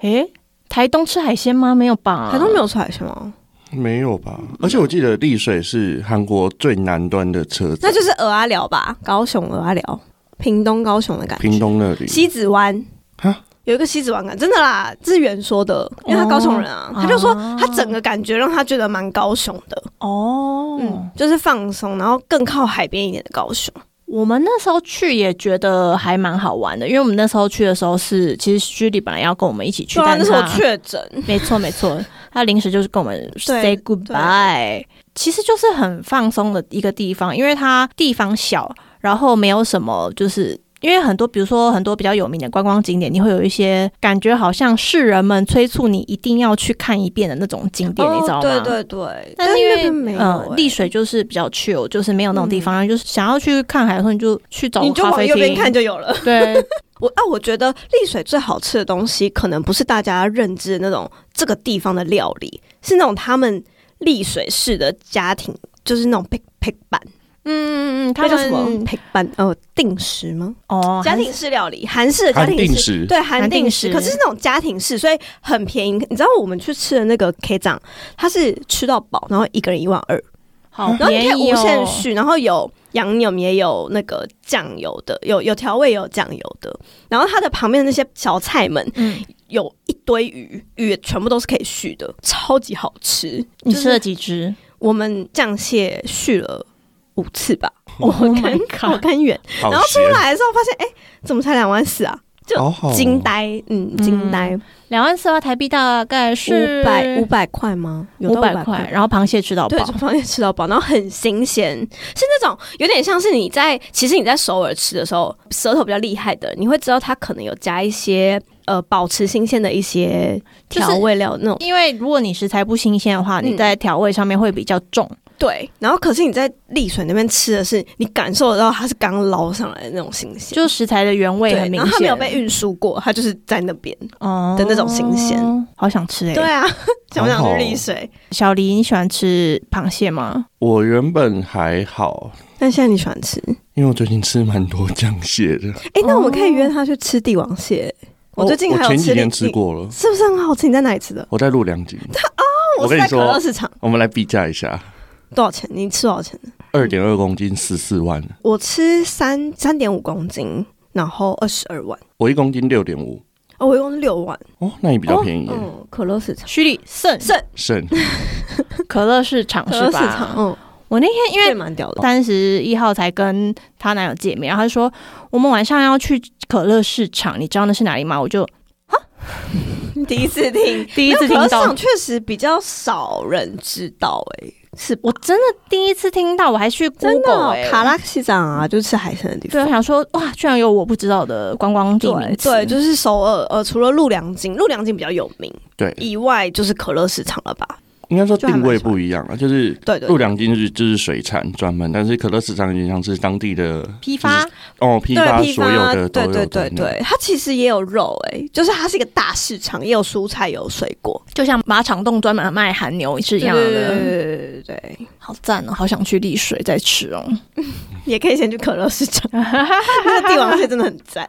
Speaker 2: 诶、台东吃海鲜吗？没有吧？
Speaker 1: 台东没有出海鲜吗？
Speaker 3: 没有吧？而且我记得丽水是韩国最南端的车站
Speaker 1: 那，就是鹅阿寮吧，高雄鹅阿寮，屏东高雄的感
Speaker 3: 屏
Speaker 1: 觉，
Speaker 3: 东那里。
Speaker 1: 西子湾
Speaker 3: 哈。
Speaker 1: 有一个西子湾感，真的啦，这是袁说的，因为他高雄人啊，
Speaker 2: 哦
Speaker 1: 他就说他整个感觉让他觉得蛮高雄的，
Speaker 2: 哦。
Speaker 1: 嗯，就是放松，然后更靠海边一点的高雄。
Speaker 2: 我们那时候去也觉得还蛮好玩的，因为我们那时候去的时候是，其实居里本来要跟我们一起去，
Speaker 1: 对啊，
Speaker 2: 但
Speaker 1: 那
Speaker 2: 是
Speaker 1: 是我
Speaker 2: 他
Speaker 1: 确诊，
Speaker 2: 没错没错，他临时就是跟我们 say
Speaker 1: 对
Speaker 2: goodbye，其实就是很放松的一个地方，因为它地方小，然后没有什么就是。因为很多，比如说很多比较有名的观光景点，你会有一些感觉，好像是人们催促你一定要去看一遍的那种景点，你知道吗？
Speaker 1: 哦对对对，
Speaker 2: 但是因
Speaker 1: 那
Speaker 2: 为
Speaker 1: 边没有
Speaker 2: 呃，
Speaker 1: 欸嗯
Speaker 2: 丽水就是比较 chill，就是没有那种地方，然后就是想要去看海的时候，你就去找
Speaker 1: 你
Speaker 2: 个
Speaker 1: 就
Speaker 2: 咖
Speaker 1: 往
Speaker 2: 啡
Speaker 1: 右边
Speaker 2: 厅。
Speaker 1: 看就有 了。
Speaker 2: 对，
Speaker 1: 我啊，我觉得丽水最好吃的东西，可能不是大家认知的那种这个地方的料理，是那种他们丽水市的家庭，就是那种 pick pick 板，
Speaker 2: 嗯嗯嗯，他
Speaker 1: 那叫
Speaker 2: 们
Speaker 1: 什么 pick 板？呃，定时吗？
Speaker 2: 哦，
Speaker 1: 家庭式料理，韩式的家
Speaker 3: 韩
Speaker 1: 庭
Speaker 3: 定
Speaker 1: 式。
Speaker 3: 时，
Speaker 1: 对，韩定
Speaker 2: 韩定
Speaker 1: 食，
Speaker 2: 食
Speaker 1: 可是是那种家庭式，所以很便宜。你知道我们去吃的那个 K 酱，它是吃到饱，然后一个人一万二，
Speaker 2: 好
Speaker 1: 然后你
Speaker 2: 便
Speaker 1: 可以
Speaker 2: 宜
Speaker 1: 无
Speaker 2: 哦，
Speaker 1: 限续，然后有羊牛也有那个酱油的，有有调味也有酱油的，然后它的旁边的那些小菜们
Speaker 2: 嗯，
Speaker 1: 有一堆鱼，鱼也全部都是可以续的，超级好吃。
Speaker 2: 你
Speaker 1: 就
Speaker 2: 吃了
Speaker 1: 是
Speaker 2: 几只？
Speaker 1: 我们酱蟹续了五次吧， 我
Speaker 2: Oh my
Speaker 1: 跟
Speaker 2: God
Speaker 1: 我跟远，
Speaker 3: 好
Speaker 1: 然后出
Speaker 3: 咸
Speaker 1: 来的时候发现，哎、怎么才两万四啊？就
Speaker 3: 好好哦
Speaker 1: 惊呆，嗯，惊呆，
Speaker 2: 两万四万台币大概是
Speaker 1: 五百五百块吗？有
Speaker 2: 五
Speaker 1: 到
Speaker 2: 百块，然后螃蟹吃到
Speaker 1: 对，
Speaker 2: 饱
Speaker 1: 就，螃蟹吃到饱，然后很新鲜，是那种有点像是你在，其实你在首尔吃的时候，舌头比较厉害的，你会知道它可能有加一些呃保持新鲜的一些
Speaker 2: 就是
Speaker 1: 调味料那种。
Speaker 2: 因为如果你食材不新鲜的话，
Speaker 1: 嗯
Speaker 2: 你在调味上面会比较重。
Speaker 1: 对，然后可是你在丽水那边吃的是，你感受得到它是刚捞上来的那种新鲜，
Speaker 2: 就是食材的原味
Speaker 1: 对，
Speaker 2: 很明
Speaker 1: 然
Speaker 2: 显，
Speaker 1: 后它没有被运输过，它就是在那边。
Speaker 2: 哦
Speaker 1: 的那种新鲜，
Speaker 2: 好想吃哎、
Speaker 1: 对啊，想不想
Speaker 3: 好
Speaker 1: 去
Speaker 3: 好哦
Speaker 1: 丽水？
Speaker 2: 小黎，你喜欢吃螃蟹吗？
Speaker 3: 我原本还好，
Speaker 1: 但现在你喜欢吃？
Speaker 3: 因为我最近吃蛮多酱蟹的。
Speaker 1: 哎、那我们可以约他去吃帝王蟹。 我最近
Speaker 3: 我
Speaker 1: 还有
Speaker 3: 前几
Speaker 1: 丽
Speaker 3: 天吃，过了
Speaker 1: 你，是不是很好吃？你在哪里吃的？
Speaker 3: 我在录两集。
Speaker 1: 我
Speaker 3: 我
Speaker 1: 是
Speaker 3: 跟你
Speaker 1: 在可乐
Speaker 3: 说，
Speaker 1: 市场。
Speaker 3: 我们来比价一下，
Speaker 1: 多少钱？你吃多少钱？
Speaker 3: 二点二公斤十四万，
Speaker 1: 我吃三三点五公斤，然后二十二万，
Speaker 3: 我一公斤六点五。
Speaker 1: 哦，我一共是六万。
Speaker 3: 哦，那你比较便宜耶，
Speaker 1: 嗯，可乐市场，
Speaker 2: 徐里胜
Speaker 1: 胜
Speaker 3: 省
Speaker 2: 可乐市场
Speaker 1: 可
Speaker 2: 是
Speaker 1: 乐市场，
Speaker 2: 吧？
Speaker 1: 嗯，
Speaker 2: 我那天因为
Speaker 1: 这蛮屌的。
Speaker 2: 三十一号才跟她男友见面，然后她说我们晚上要去可乐市场，你知道那是哪里吗？我就
Speaker 1: 第一次 听，
Speaker 2: 第一次听
Speaker 1: 可乐市
Speaker 2: 到
Speaker 1: 场确实比较少人知道，哎，是
Speaker 2: 我真的第一次听到，我还去 Google
Speaker 1: 真的哦
Speaker 2: 欸
Speaker 1: 卡拉市场啊，就是吃海鲜的地
Speaker 2: 对，我
Speaker 1: 方。
Speaker 2: 想说哇，居然有我不知道的观光地名
Speaker 1: 对
Speaker 2: 词
Speaker 1: 对，就是首尔，呃，除了陆良京，陆良京比较有名
Speaker 3: 对，
Speaker 1: 以外，就是可乐市场了吧？
Speaker 3: 应该说
Speaker 1: 就还蛮
Speaker 3: 定位不一样啊，就是
Speaker 1: 对对
Speaker 3: 陆良金是就是水产专门，但是可乐市场有点像是当地的
Speaker 2: 批发
Speaker 3: 就，是哦批发
Speaker 1: 对，批
Speaker 3: 所有
Speaker 1: 发，
Speaker 3: 的都
Speaker 1: 对
Speaker 3: 有
Speaker 1: 对
Speaker 3: 在
Speaker 1: 对
Speaker 3: 那
Speaker 1: 对，它其实也有肉、哎，就是它是一个大市场，也有蔬菜，有水果，
Speaker 2: 就像马场洞专门卖韩牛是一样
Speaker 1: 对
Speaker 2: 的，
Speaker 1: 对对对对对
Speaker 2: 好赞哦，好想去丽水再吃哦。
Speaker 1: 也可以先去可乐市 场，那个帝王蟹真的很赞。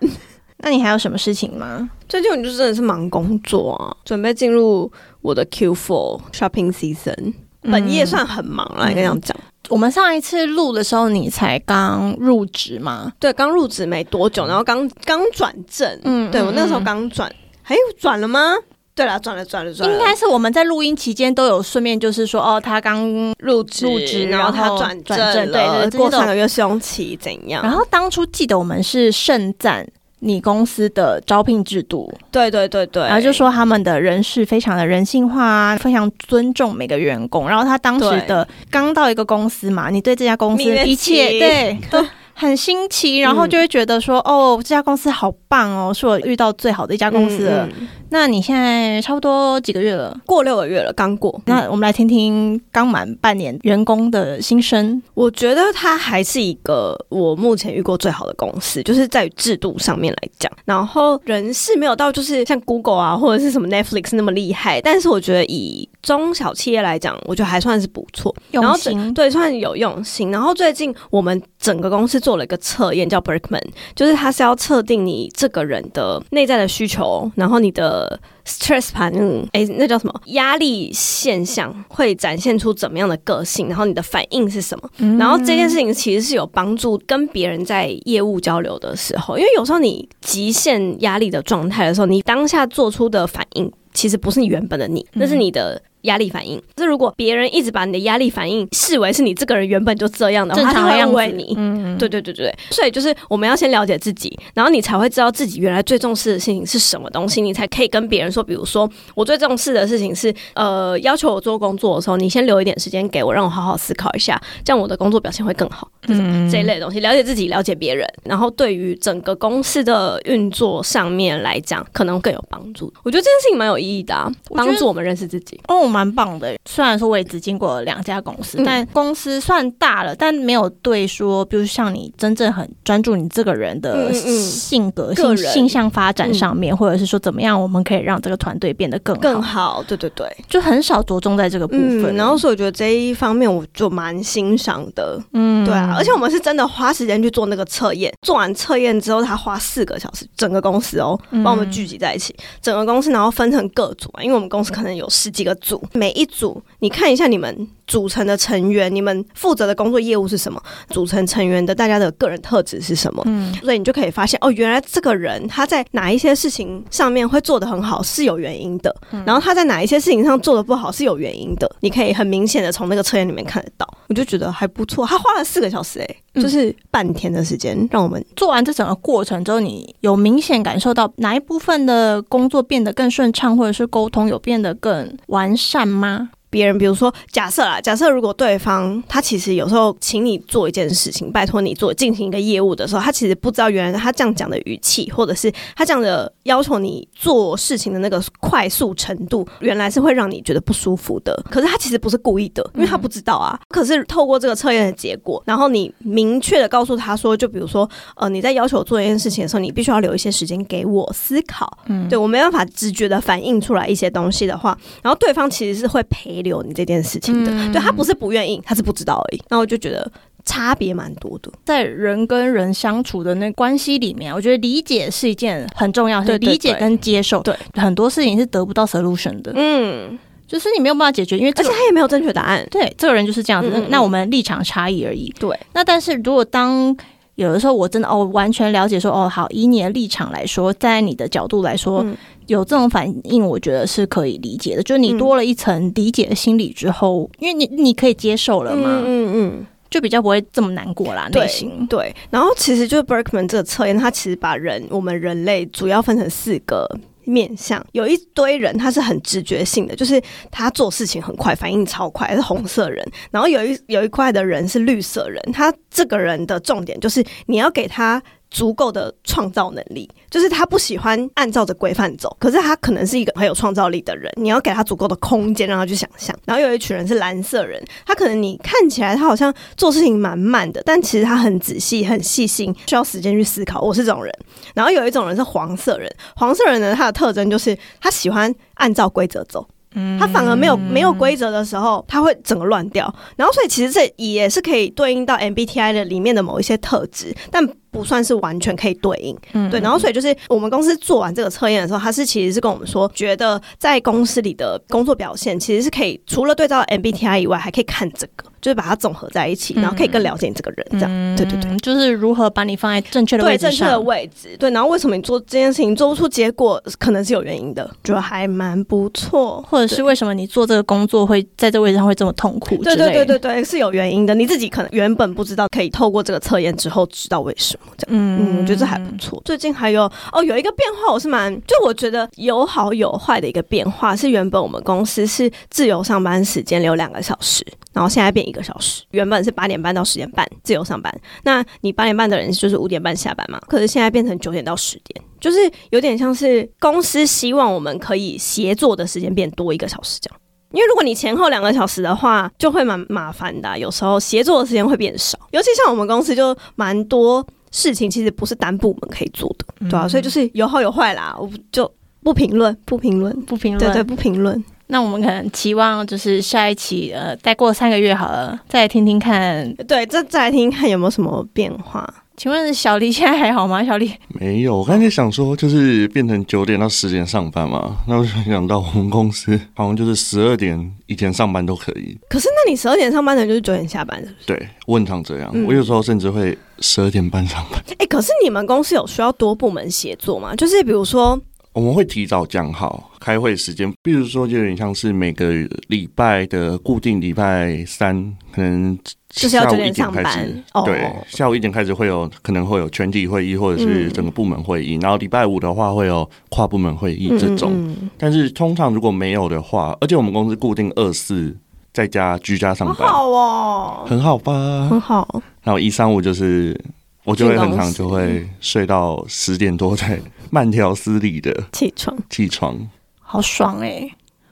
Speaker 2: 那你还有什么事情吗？
Speaker 1: 最近我就真的是忙工作啊，准备进入我的 Q4 shopping season，本业算很忙了，应该这样讲。
Speaker 2: 我们上一次录的时候，你才刚入职嘛？
Speaker 1: 对，刚入职没多久，然后刚刚转正，
Speaker 2: 嗯
Speaker 1: 对我那时候
Speaker 2: 嗯
Speaker 1: 刚转，哎，转了吗？对啦，转了，转了，转了，
Speaker 2: 应该是我们在录音期间都有顺便就是说，哦，他刚
Speaker 1: 入职，
Speaker 2: 入职
Speaker 1: 然后
Speaker 2: 然
Speaker 1: 他
Speaker 2: 后
Speaker 1: 转
Speaker 2: 转
Speaker 1: 正
Speaker 2: 正对
Speaker 1: 了
Speaker 2: 对这些
Speaker 1: 过
Speaker 2: 都
Speaker 1: 三个月啊试用期怎样？
Speaker 2: 然后当初记得我们是盛赞你公司的招聘制度，
Speaker 1: 对对对嗯对，
Speaker 2: 然后就说他们的人事非常的人性化啊，非常尊重每个员工。然后他当时的刚到一个公司嘛，你对这家公司
Speaker 1: 蜜月期嗯
Speaker 2: 一切对都很新奇，然后就会觉得说，哦，这家公司好棒哦，是我遇到最好的一家公司了。
Speaker 1: 嗯嗯
Speaker 2: 那你现在差不多几个月了？
Speaker 1: 过六个月了，刚过。
Speaker 2: 那我们来听听刚满半年员工的心声。
Speaker 1: 我觉得它还是一个我目前遇过最好的公司，就是在于制度上面来讲，然后人事没有到就是像 Google 啊或者是什么 Netflix 那么厉害，但是我觉得以中小企业来讲，我觉得还算是不错，然后
Speaker 2: 用
Speaker 1: 最
Speaker 2: 心
Speaker 1: 对算有用心。然后最近我们整个公司做了一个测验，叫 Berkman，就是它是要测定你这个人的内在的需求，然后你的 stress 盘，嗯，哎，那叫什么压力现象会展现出怎么样的个性，然后你的反应是什么。
Speaker 2: 嗯
Speaker 1: 然后这件事情其实是有帮助跟别人在业务交流的时候，因为有时候你极限压力的状态的时候，你当下做出的反应其实不是你原本的你，
Speaker 2: 嗯
Speaker 1: 那是你的。压力反应，这如果别人一直把你的压力反应视为是你这个人原本就这样的话，
Speaker 2: 正常
Speaker 1: 他
Speaker 2: 的
Speaker 1: 会
Speaker 2: 样
Speaker 1: 误
Speaker 2: 子
Speaker 1: 会你。
Speaker 2: 嗯，
Speaker 1: 对对对对，所以就是我们要先了解自己，然后你才会知道自己原来最重视的事情是什么东西，你才可以跟别人说，比如说我最重视的事情是，呃，要求我做工作的时候，你先留一点时间给我，让我好好思考一下，这样我的工作表现会更好。
Speaker 2: 嗯
Speaker 1: 这一类的东西，了解自己，了解别人，然后对于整个公司的运作上面来讲，可能更有帮助。我觉得这件事情蛮有意义的、啊，
Speaker 2: 我觉得
Speaker 1: 帮助我们认识自己。
Speaker 2: 哦，蛮棒的。虽然说我也只经过两家公司，
Speaker 1: 嗯
Speaker 2: 但公司算大了，但没有对说，比如像你真正很专注你这个人
Speaker 1: 嗯
Speaker 2: 的
Speaker 1: 嗯嗯
Speaker 2: 性格、
Speaker 1: 个
Speaker 2: 性
Speaker 1: 人嗯
Speaker 2: 性向发展上面，或者是说怎么样，我们可以让这个团队变得更好，
Speaker 1: 更好，对对对，
Speaker 2: 就很少着重在这个部分。
Speaker 1: 嗯，然后所以我觉得这一方面我就蛮欣赏的，
Speaker 2: 嗯
Speaker 1: 对啊，而且我们是真的花时间去做那个测验，做完测验之后，他花四个小时，整个公司哦，
Speaker 2: 嗯
Speaker 1: 把我们聚集在一起，整个公司，然后分成各组啊，因为我们公司可能有十几个组，每一组你看一下你们组成的成员，你们负责的工作业务是什么，组成成员的大家的个人特质是什么，
Speaker 2: 嗯
Speaker 1: 所以你就可以发现哦，原来这个人他在哪一些事情上面会做得很好是有原因的，然后他在哪一些事情上做得不好是有原因的，你可以很明显的从那个测验里面看得到，我就觉得还不错。他花了四个小时、欸，
Speaker 2: 嗯
Speaker 1: 就是半天的时间让我们
Speaker 2: 做完这整个过程之后，你有明显感受到哪一部分的工作变得更顺畅，或者是沟通有变得更完善吗？
Speaker 1: 别人，比如说假设啦，假设如果对方他其实有时候请你做一件事情，拜托你做进行一个业务的时候，他其实不知道原来他这样讲的语气，或者是他这样的要求你做事情的那个快速程度，原来是会让你觉得不舒服的。可是他其实不是故意的，因为他不知道啊。可是透过这个测验的结果，然后你明确的告诉他说，就比如说，呃，你在要求我做一件事情的时候，你必须要留一些时间给我思考。
Speaker 2: 嗯
Speaker 1: 对我没办法直觉的反映出来一些东西的话，然后对方其实是会陪留你这件事情的，
Speaker 2: 嗯
Speaker 1: 对他不是不愿意，他是不知道而已。那我就觉得差别蛮多的，
Speaker 2: 在人跟人相处的那关系里面，我觉得理解是一件很重要的事，
Speaker 1: 对对
Speaker 2: 理解
Speaker 1: 对
Speaker 2: 跟接受，
Speaker 1: 对
Speaker 2: 很多事情是得不到 solution 的，
Speaker 1: 嗯，
Speaker 2: 就是你没有办法解决，因为
Speaker 1: 而
Speaker 2: 这
Speaker 1: 且
Speaker 2: 个
Speaker 1: 他也没有正确答案，
Speaker 2: 对这个人就是这样子，
Speaker 1: 嗯
Speaker 2: 那
Speaker 1: 嗯嗯
Speaker 2: 那我们立场差异而已。
Speaker 1: 对，
Speaker 2: 那但是如果当有的时候我真的哦完全了解说哦好，以你的立场来说，在你的角度来说，
Speaker 1: 嗯
Speaker 2: 有这种反应，我觉得是可以理解的。就是你
Speaker 1: 嗯
Speaker 2: 多了一层理解的心理之后，因为你你可以接受了嘛，
Speaker 1: 嗯
Speaker 2: 就比较不会这么难过啦，内
Speaker 1: 对
Speaker 2: 心。
Speaker 1: 对。然后其实就是 Berkman 这个测验，它其实把人我们人类主要分成四个。面向有一堆人，他是很直觉性的，就是他做事情很快，反应超快，是红色人。然后有一有一块的人是绿色人，他这个人的重点就是你要给他足够的创造能力，就是他不喜欢按照着规范走，可是他可能是一个很有创造力的人，你要给他足够的空间让他去想象。然后有一群人是蓝色人，他可能你看起来他好像做事情蛮慢的，但其实他很仔细、很细心，需要时间去思考。我是这种人。然后有一种人是黄色人，黄色人呢，他的特征就是他喜欢按照规则走。
Speaker 2: 嗯
Speaker 1: 它反而没有没有规则的时候，它会整个乱掉。然后所以其实这也是可以对应到 MBTI 的里面的某一些特质，但不算是完全可以对应。
Speaker 2: 嗯
Speaker 1: 对，然后所以就是我们公司做完这个测验的时候，他是其实是跟我们说，觉得在公司里的工作表现其实是可以除了对照 MBTI 以外，还可以看这个，就是把它综合在一起，然后可以更了解你这个人。这样，对对对。
Speaker 2: 嗯，就是如何把你放在正确的位
Speaker 1: 对
Speaker 2: 置
Speaker 1: 正确
Speaker 2: 上。
Speaker 1: 的位置，对，然后为什么你做这件事情做不出结果，可能是有原因的，觉得还蛮不错，
Speaker 2: 或者是为什么你做这个工作会在这个位置上会这么痛苦之
Speaker 1: 对
Speaker 2: 类的？
Speaker 1: 对对对对，是有原因的。你自己可能原本不知道，可以透过这个测验之后知道为什么这样。嗯，我觉得这还不错。最近还有哦，有一个变化，我是蛮就我觉得有好有坏的一个变化是，原本我们公司是自由上班时间留两个小时，然后现在变一个小时。原本是八点半到十点半自由上班，那你八点半的人就是五点半下班嘛，可是现在变成九点到十点。就是有点像是公司希望我们可以协作的时间变多一个小时这样。因为如果你前后两个小时的话，就会蛮麻烦的啊、有时候协作的时间会变少，尤其像我们公司就蛮多事情，其实不是单部门可以做的，对啊，所以就是有好有坏啦，我不就不评论，不评论，
Speaker 2: 不评
Speaker 1: 对
Speaker 2: 论。
Speaker 1: 对，不评论。
Speaker 2: 那我们可能期望就是下一期，呃，再过三个月好了，再来听听看。
Speaker 1: 对，再再来听听看有没有什么变化。
Speaker 2: 请问小黎现在还好吗？小 黎，
Speaker 3: 没有，我刚才想说，就是变成九点到十点上班嘛，那我就想到我们公司好像就是十二点以前上班都可以，
Speaker 1: 可是那你十二点上班的人就是九点下班的，
Speaker 3: 对，问常这样。
Speaker 1: 嗯
Speaker 3: 我有时候甚至会十二点半上班，
Speaker 1: 哎、可是你们公司有需要多部门协作吗？就是比如说，
Speaker 3: 我们会提早讲好开会时间，比如说就有点像是每个礼拜的固定礼拜三，可能
Speaker 1: 就是要
Speaker 3: 下
Speaker 1: 九
Speaker 3: 午一
Speaker 1: 点
Speaker 3: 点
Speaker 1: 上
Speaker 3: 开
Speaker 1: 班
Speaker 3: 始。
Speaker 1: 哦，
Speaker 3: 对，下午一点开始会有可能会有全体会议或者是
Speaker 1: 嗯
Speaker 3: 整个部门会议，然后礼拜五的话会有跨部门会议
Speaker 1: 嗯
Speaker 3: 这种。
Speaker 1: 嗯嗯
Speaker 3: 但是通常如果没有的话，而且我们公司固定二四在家居家上
Speaker 1: 好
Speaker 3: 班，
Speaker 1: 好哦，
Speaker 3: 很好吧？
Speaker 1: 很好。
Speaker 3: 然后一三五就是我就会很常就会睡到十点多才慢条斯理的
Speaker 1: 起床，
Speaker 3: 起床。
Speaker 2: 好爽哎、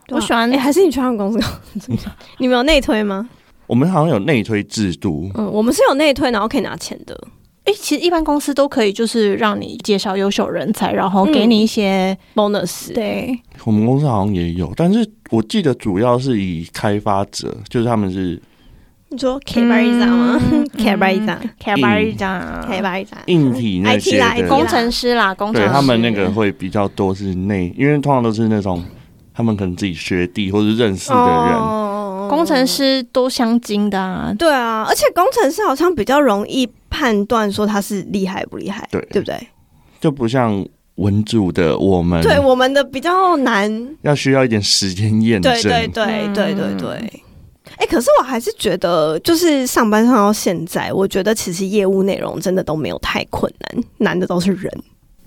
Speaker 1: 我
Speaker 2: 我喜
Speaker 1: 喜
Speaker 2: 欢
Speaker 1: 欢、啊哎还是你去他们公司搞 你们有内推吗？
Speaker 3: 我们好像有内推制度，
Speaker 1: 嗯，我们是有内推，然后可以拿钱的。
Speaker 2: 诶、其实一般公司都可以，就是让你介绍优秀人才，然后给你一些、
Speaker 1: 嗯 bonus，
Speaker 2: 对，
Speaker 3: 我们公司好像也有，但是我记得主要是以开发者，就是他们是
Speaker 1: 你说 K 巴一张吗？K 巴一张
Speaker 2: 开吧一张，
Speaker 1: 嗯，K 巴一张，
Speaker 3: 硬体那
Speaker 1: IT
Speaker 3: 些
Speaker 1: 啦
Speaker 3: 的
Speaker 1: 哎 IT 啦
Speaker 2: 工程师啦，工程
Speaker 3: 对
Speaker 2: 师
Speaker 3: 他们那个会比较多是内，因为通常都是那种他们可能自己学弟或是认识的人，
Speaker 1: 哦
Speaker 2: 工程。师都相精的啊，
Speaker 1: 对啊，而且工程师好像比较容易判断说他是厉害不厉害，
Speaker 3: 对
Speaker 1: 对不对？
Speaker 3: 就不像文组的我们，
Speaker 1: 对我们的比较难，
Speaker 3: 要需要一点时间验证。
Speaker 1: 对对对对对对。哎，可是我还是觉得，就是上班上到现在，我觉得其实业务内容真的都没有太困难，难的都是人。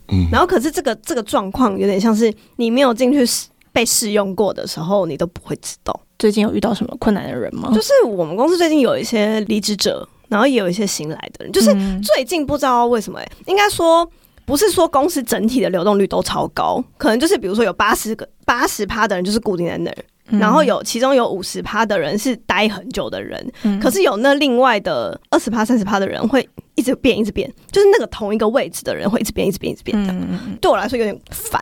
Speaker 3: 嗯，
Speaker 1: 然后可是这个这个状况有点像是你没有进去试被试用过的时候，你都不会知道。
Speaker 2: 最近有遇到什么困难的人吗？
Speaker 1: 就是我们公司最近有一些离职者，然后也有一些新来的人，就是
Speaker 2: 嗯
Speaker 1: 最近不知道为什么、欸，应该说。不是说公司整体的流动率都超高，可能就是比如说有八十个八十趴的人就是固定在那儿，
Speaker 2: 嗯
Speaker 1: 然后，有其中有五十趴的人是待很久的人，
Speaker 2: 嗯
Speaker 1: 可是有那另外的二十趴三十趴的人会一直变一直变，就是那个同一个位置的人会一直变一直变一直变这样，
Speaker 2: 嗯，哦
Speaker 1: 对我来说有点烦。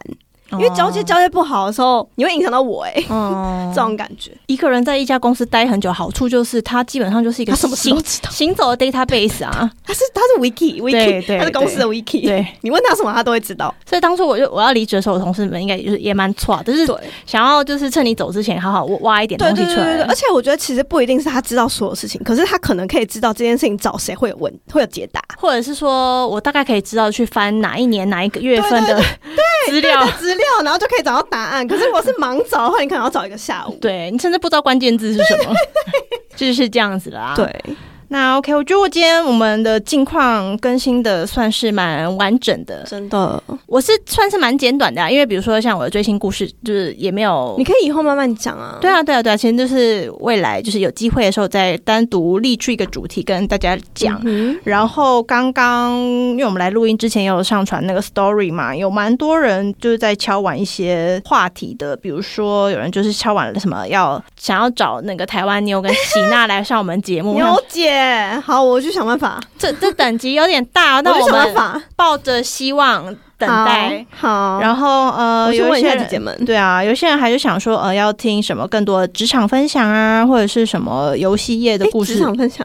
Speaker 1: 因
Speaker 2: 因
Speaker 1: 为交接交接不好的时候，你会影响到我哎、欸
Speaker 2: 哦
Speaker 1: 这种感觉。
Speaker 2: 一个人在一家公司待很久，好处就是他基本上就是一个
Speaker 1: 他什么事
Speaker 2: 行
Speaker 1: 都知道，
Speaker 2: 行走的 database 啊，
Speaker 1: 他是他是 wiki
Speaker 2: 对
Speaker 1: wiki，
Speaker 2: 对
Speaker 1: 他是公司的 wiki，
Speaker 2: 对。
Speaker 1: 你问他什么他都会知道。
Speaker 2: 所以当初我就我要离职的时候，我同事们应该也就是也蛮错，就是
Speaker 1: 对
Speaker 2: 想要就是趁你走之前好好挖一点东
Speaker 1: 对对
Speaker 2: 西
Speaker 1: 对
Speaker 2: 出
Speaker 1: 对
Speaker 2: 来
Speaker 1: 对，。而且我觉得其实不一定是他知道所有事情，可是他可能可以知道这件事情找谁会有问会有解答。
Speaker 2: 或者是说我大概可以知道去翻哪一年哪一个月份的资料，
Speaker 1: 资料，然后就可以找到答案。可是如果是盲找的话，你可能要找一个下午。
Speaker 2: 对你甚至不知道关键字是什么，就是这样子啦。，
Speaker 1: 对，
Speaker 2: 那 OK，我觉得我今天我们的近况更新的算是蛮完整的，
Speaker 1: 真的，
Speaker 2: 我是算是蛮简短的、啊，因为比如说像我的追星故事，就是也没有
Speaker 1: 你。可以以后慢慢讲啊。
Speaker 2: 对啊，对啊，对啊，其实就是未来就是有机会的时候再单独立出一个主题跟大家讲。
Speaker 1: 嗯哼，
Speaker 2: 然后刚刚因为我们来录音之前也有上传那个 story 嘛，有蛮多人就是在敲碗一些话题的，比如说有人就是敲碗了什么要想要找那个台湾妞跟喜娜来上我们 节目，
Speaker 1: 牛姐，好，我去想办法，
Speaker 2: 这这等级有点大，那
Speaker 1: 我去
Speaker 2: 我
Speaker 1: 想办
Speaker 2: 们
Speaker 1: 法。
Speaker 2: 抱着希望。等待。
Speaker 1: 好，
Speaker 2: 然后呃，
Speaker 1: 我去
Speaker 2: 有
Speaker 1: 问
Speaker 2: 一
Speaker 1: 一
Speaker 2: 些
Speaker 1: 下
Speaker 2: 人
Speaker 1: 姐姐们，
Speaker 2: 对啊，有些人还是想说，呃，要听什么更多的职场分享啊，或者是什么游戏业的
Speaker 1: 诶
Speaker 2: 故
Speaker 1: 职
Speaker 2: 事，
Speaker 1: 场分享，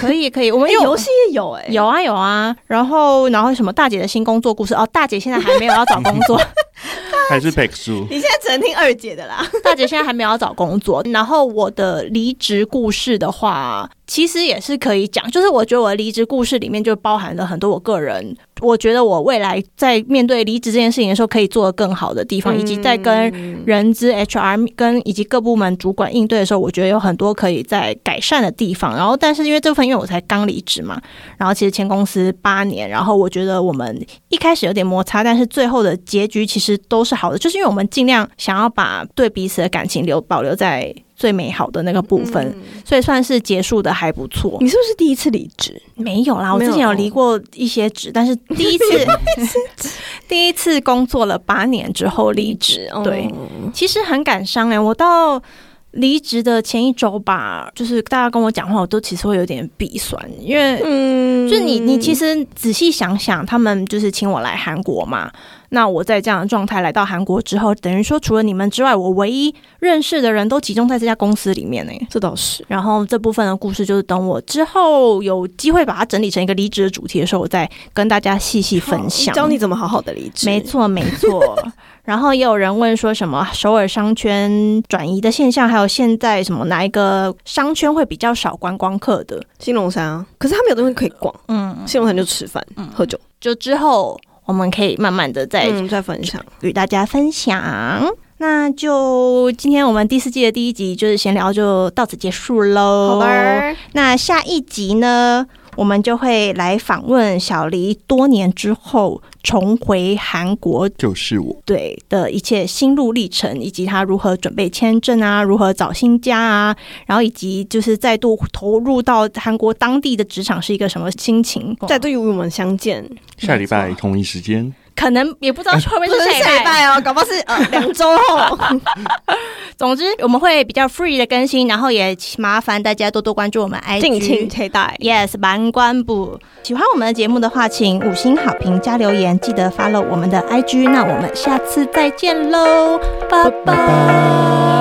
Speaker 2: 可以可以，我
Speaker 1: 哎
Speaker 2: 们有
Speaker 1: 游戏也有哎，
Speaker 2: 有啊有啊，然后然后什么大姐的新工作故事哦，大姐现在还没有要找工作，
Speaker 3: 还是 Back 书，
Speaker 1: 你现在只能听二姐的啦。
Speaker 2: 大姐现在还没有要找工作。然后我的离职故事的话，其实也是可以讲，就是我觉得我的离职故事里面就包含了很多我个人，我觉得我未来在面对离职这件事情的时候可以做得更好的地方，以及在跟人资 HR 跟以及各部门主管应对的时候，我觉得有很多可以在改善的地方。然后，但是因为这部分，因为我才刚离职嘛，然后其实前公司八年，然后我觉得我们一开始有点摩擦，但是最后的结局其实都是好的，就是因为我们尽量想要把对彼此的感情留保留在最美好的那个部分，所以算是结束的还不错。
Speaker 1: 你是不是第一次离职？
Speaker 2: 没有啦，我
Speaker 1: 没
Speaker 2: 之
Speaker 1: 有
Speaker 2: 前有离过一些职，但是第一次 第一次工作了八年之后离 职，对。
Speaker 1: 哦
Speaker 2: 其实很感伤哎、我到离职的前一周吧，就是大家跟我讲话，我都其实会有点鼻酸，因为
Speaker 1: 嗯
Speaker 2: 就你你其实仔细想想，他们就是请我来韩国嘛，那我在这样的状态来到韩国之后，等于说除了你们之外，我唯一认识的人都集中在这家公司里面呢、
Speaker 1: 这倒是，
Speaker 2: 然后这部分的故事，就是等我之后有机会把它整理成一个离职的主题的时候，我再跟大家细细分享。
Speaker 1: 教你怎么好好的离职。
Speaker 2: 没错，没 错。然后也有人问说什么首尔商圈转移的现象，还有现在什么哪一个商圈会比较少观光客的？
Speaker 1: 新龙山啊，可是他们有东西可以逛，
Speaker 2: 嗯，
Speaker 1: 新龙山就吃饭、喝酒，
Speaker 2: 就之后我们可以慢慢的再
Speaker 1: 嗯，再分享。
Speaker 2: 与大家分享。那就今天我们第四季的第一集就是闲聊就到此结束喽。
Speaker 1: 好吧。
Speaker 2: 那下一集呢，我们就会来访问小黎多年之后重回韩国
Speaker 3: 就是我。
Speaker 2: 对的一切心路历程，以及他如何准备签证啊，如何找新家啊，然后以及就是再度投入到韩国当地的职场是一个什么心情。
Speaker 1: 再度与我们相见，
Speaker 3: 下礼拜同一时间，
Speaker 2: 可能也不知道会不会
Speaker 1: 不
Speaker 2: 是
Speaker 1: 是
Speaker 2: 下
Speaker 1: 下
Speaker 2: 一
Speaker 1: 礼
Speaker 2: 代。
Speaker 1: 拜哦，搞不好是呃两周 后。
Speaker 2: 总之，我们会比较 free 的更新，然后也麻烦大家多多关注我们 IG。
Speaker 1: 敬请期待，
Speaker 2: Yes，蛮官部。喜欢我们的节目的话，请五星好评加留言，记得 follow 我们的 IG。那我们下次再见喽，拜拜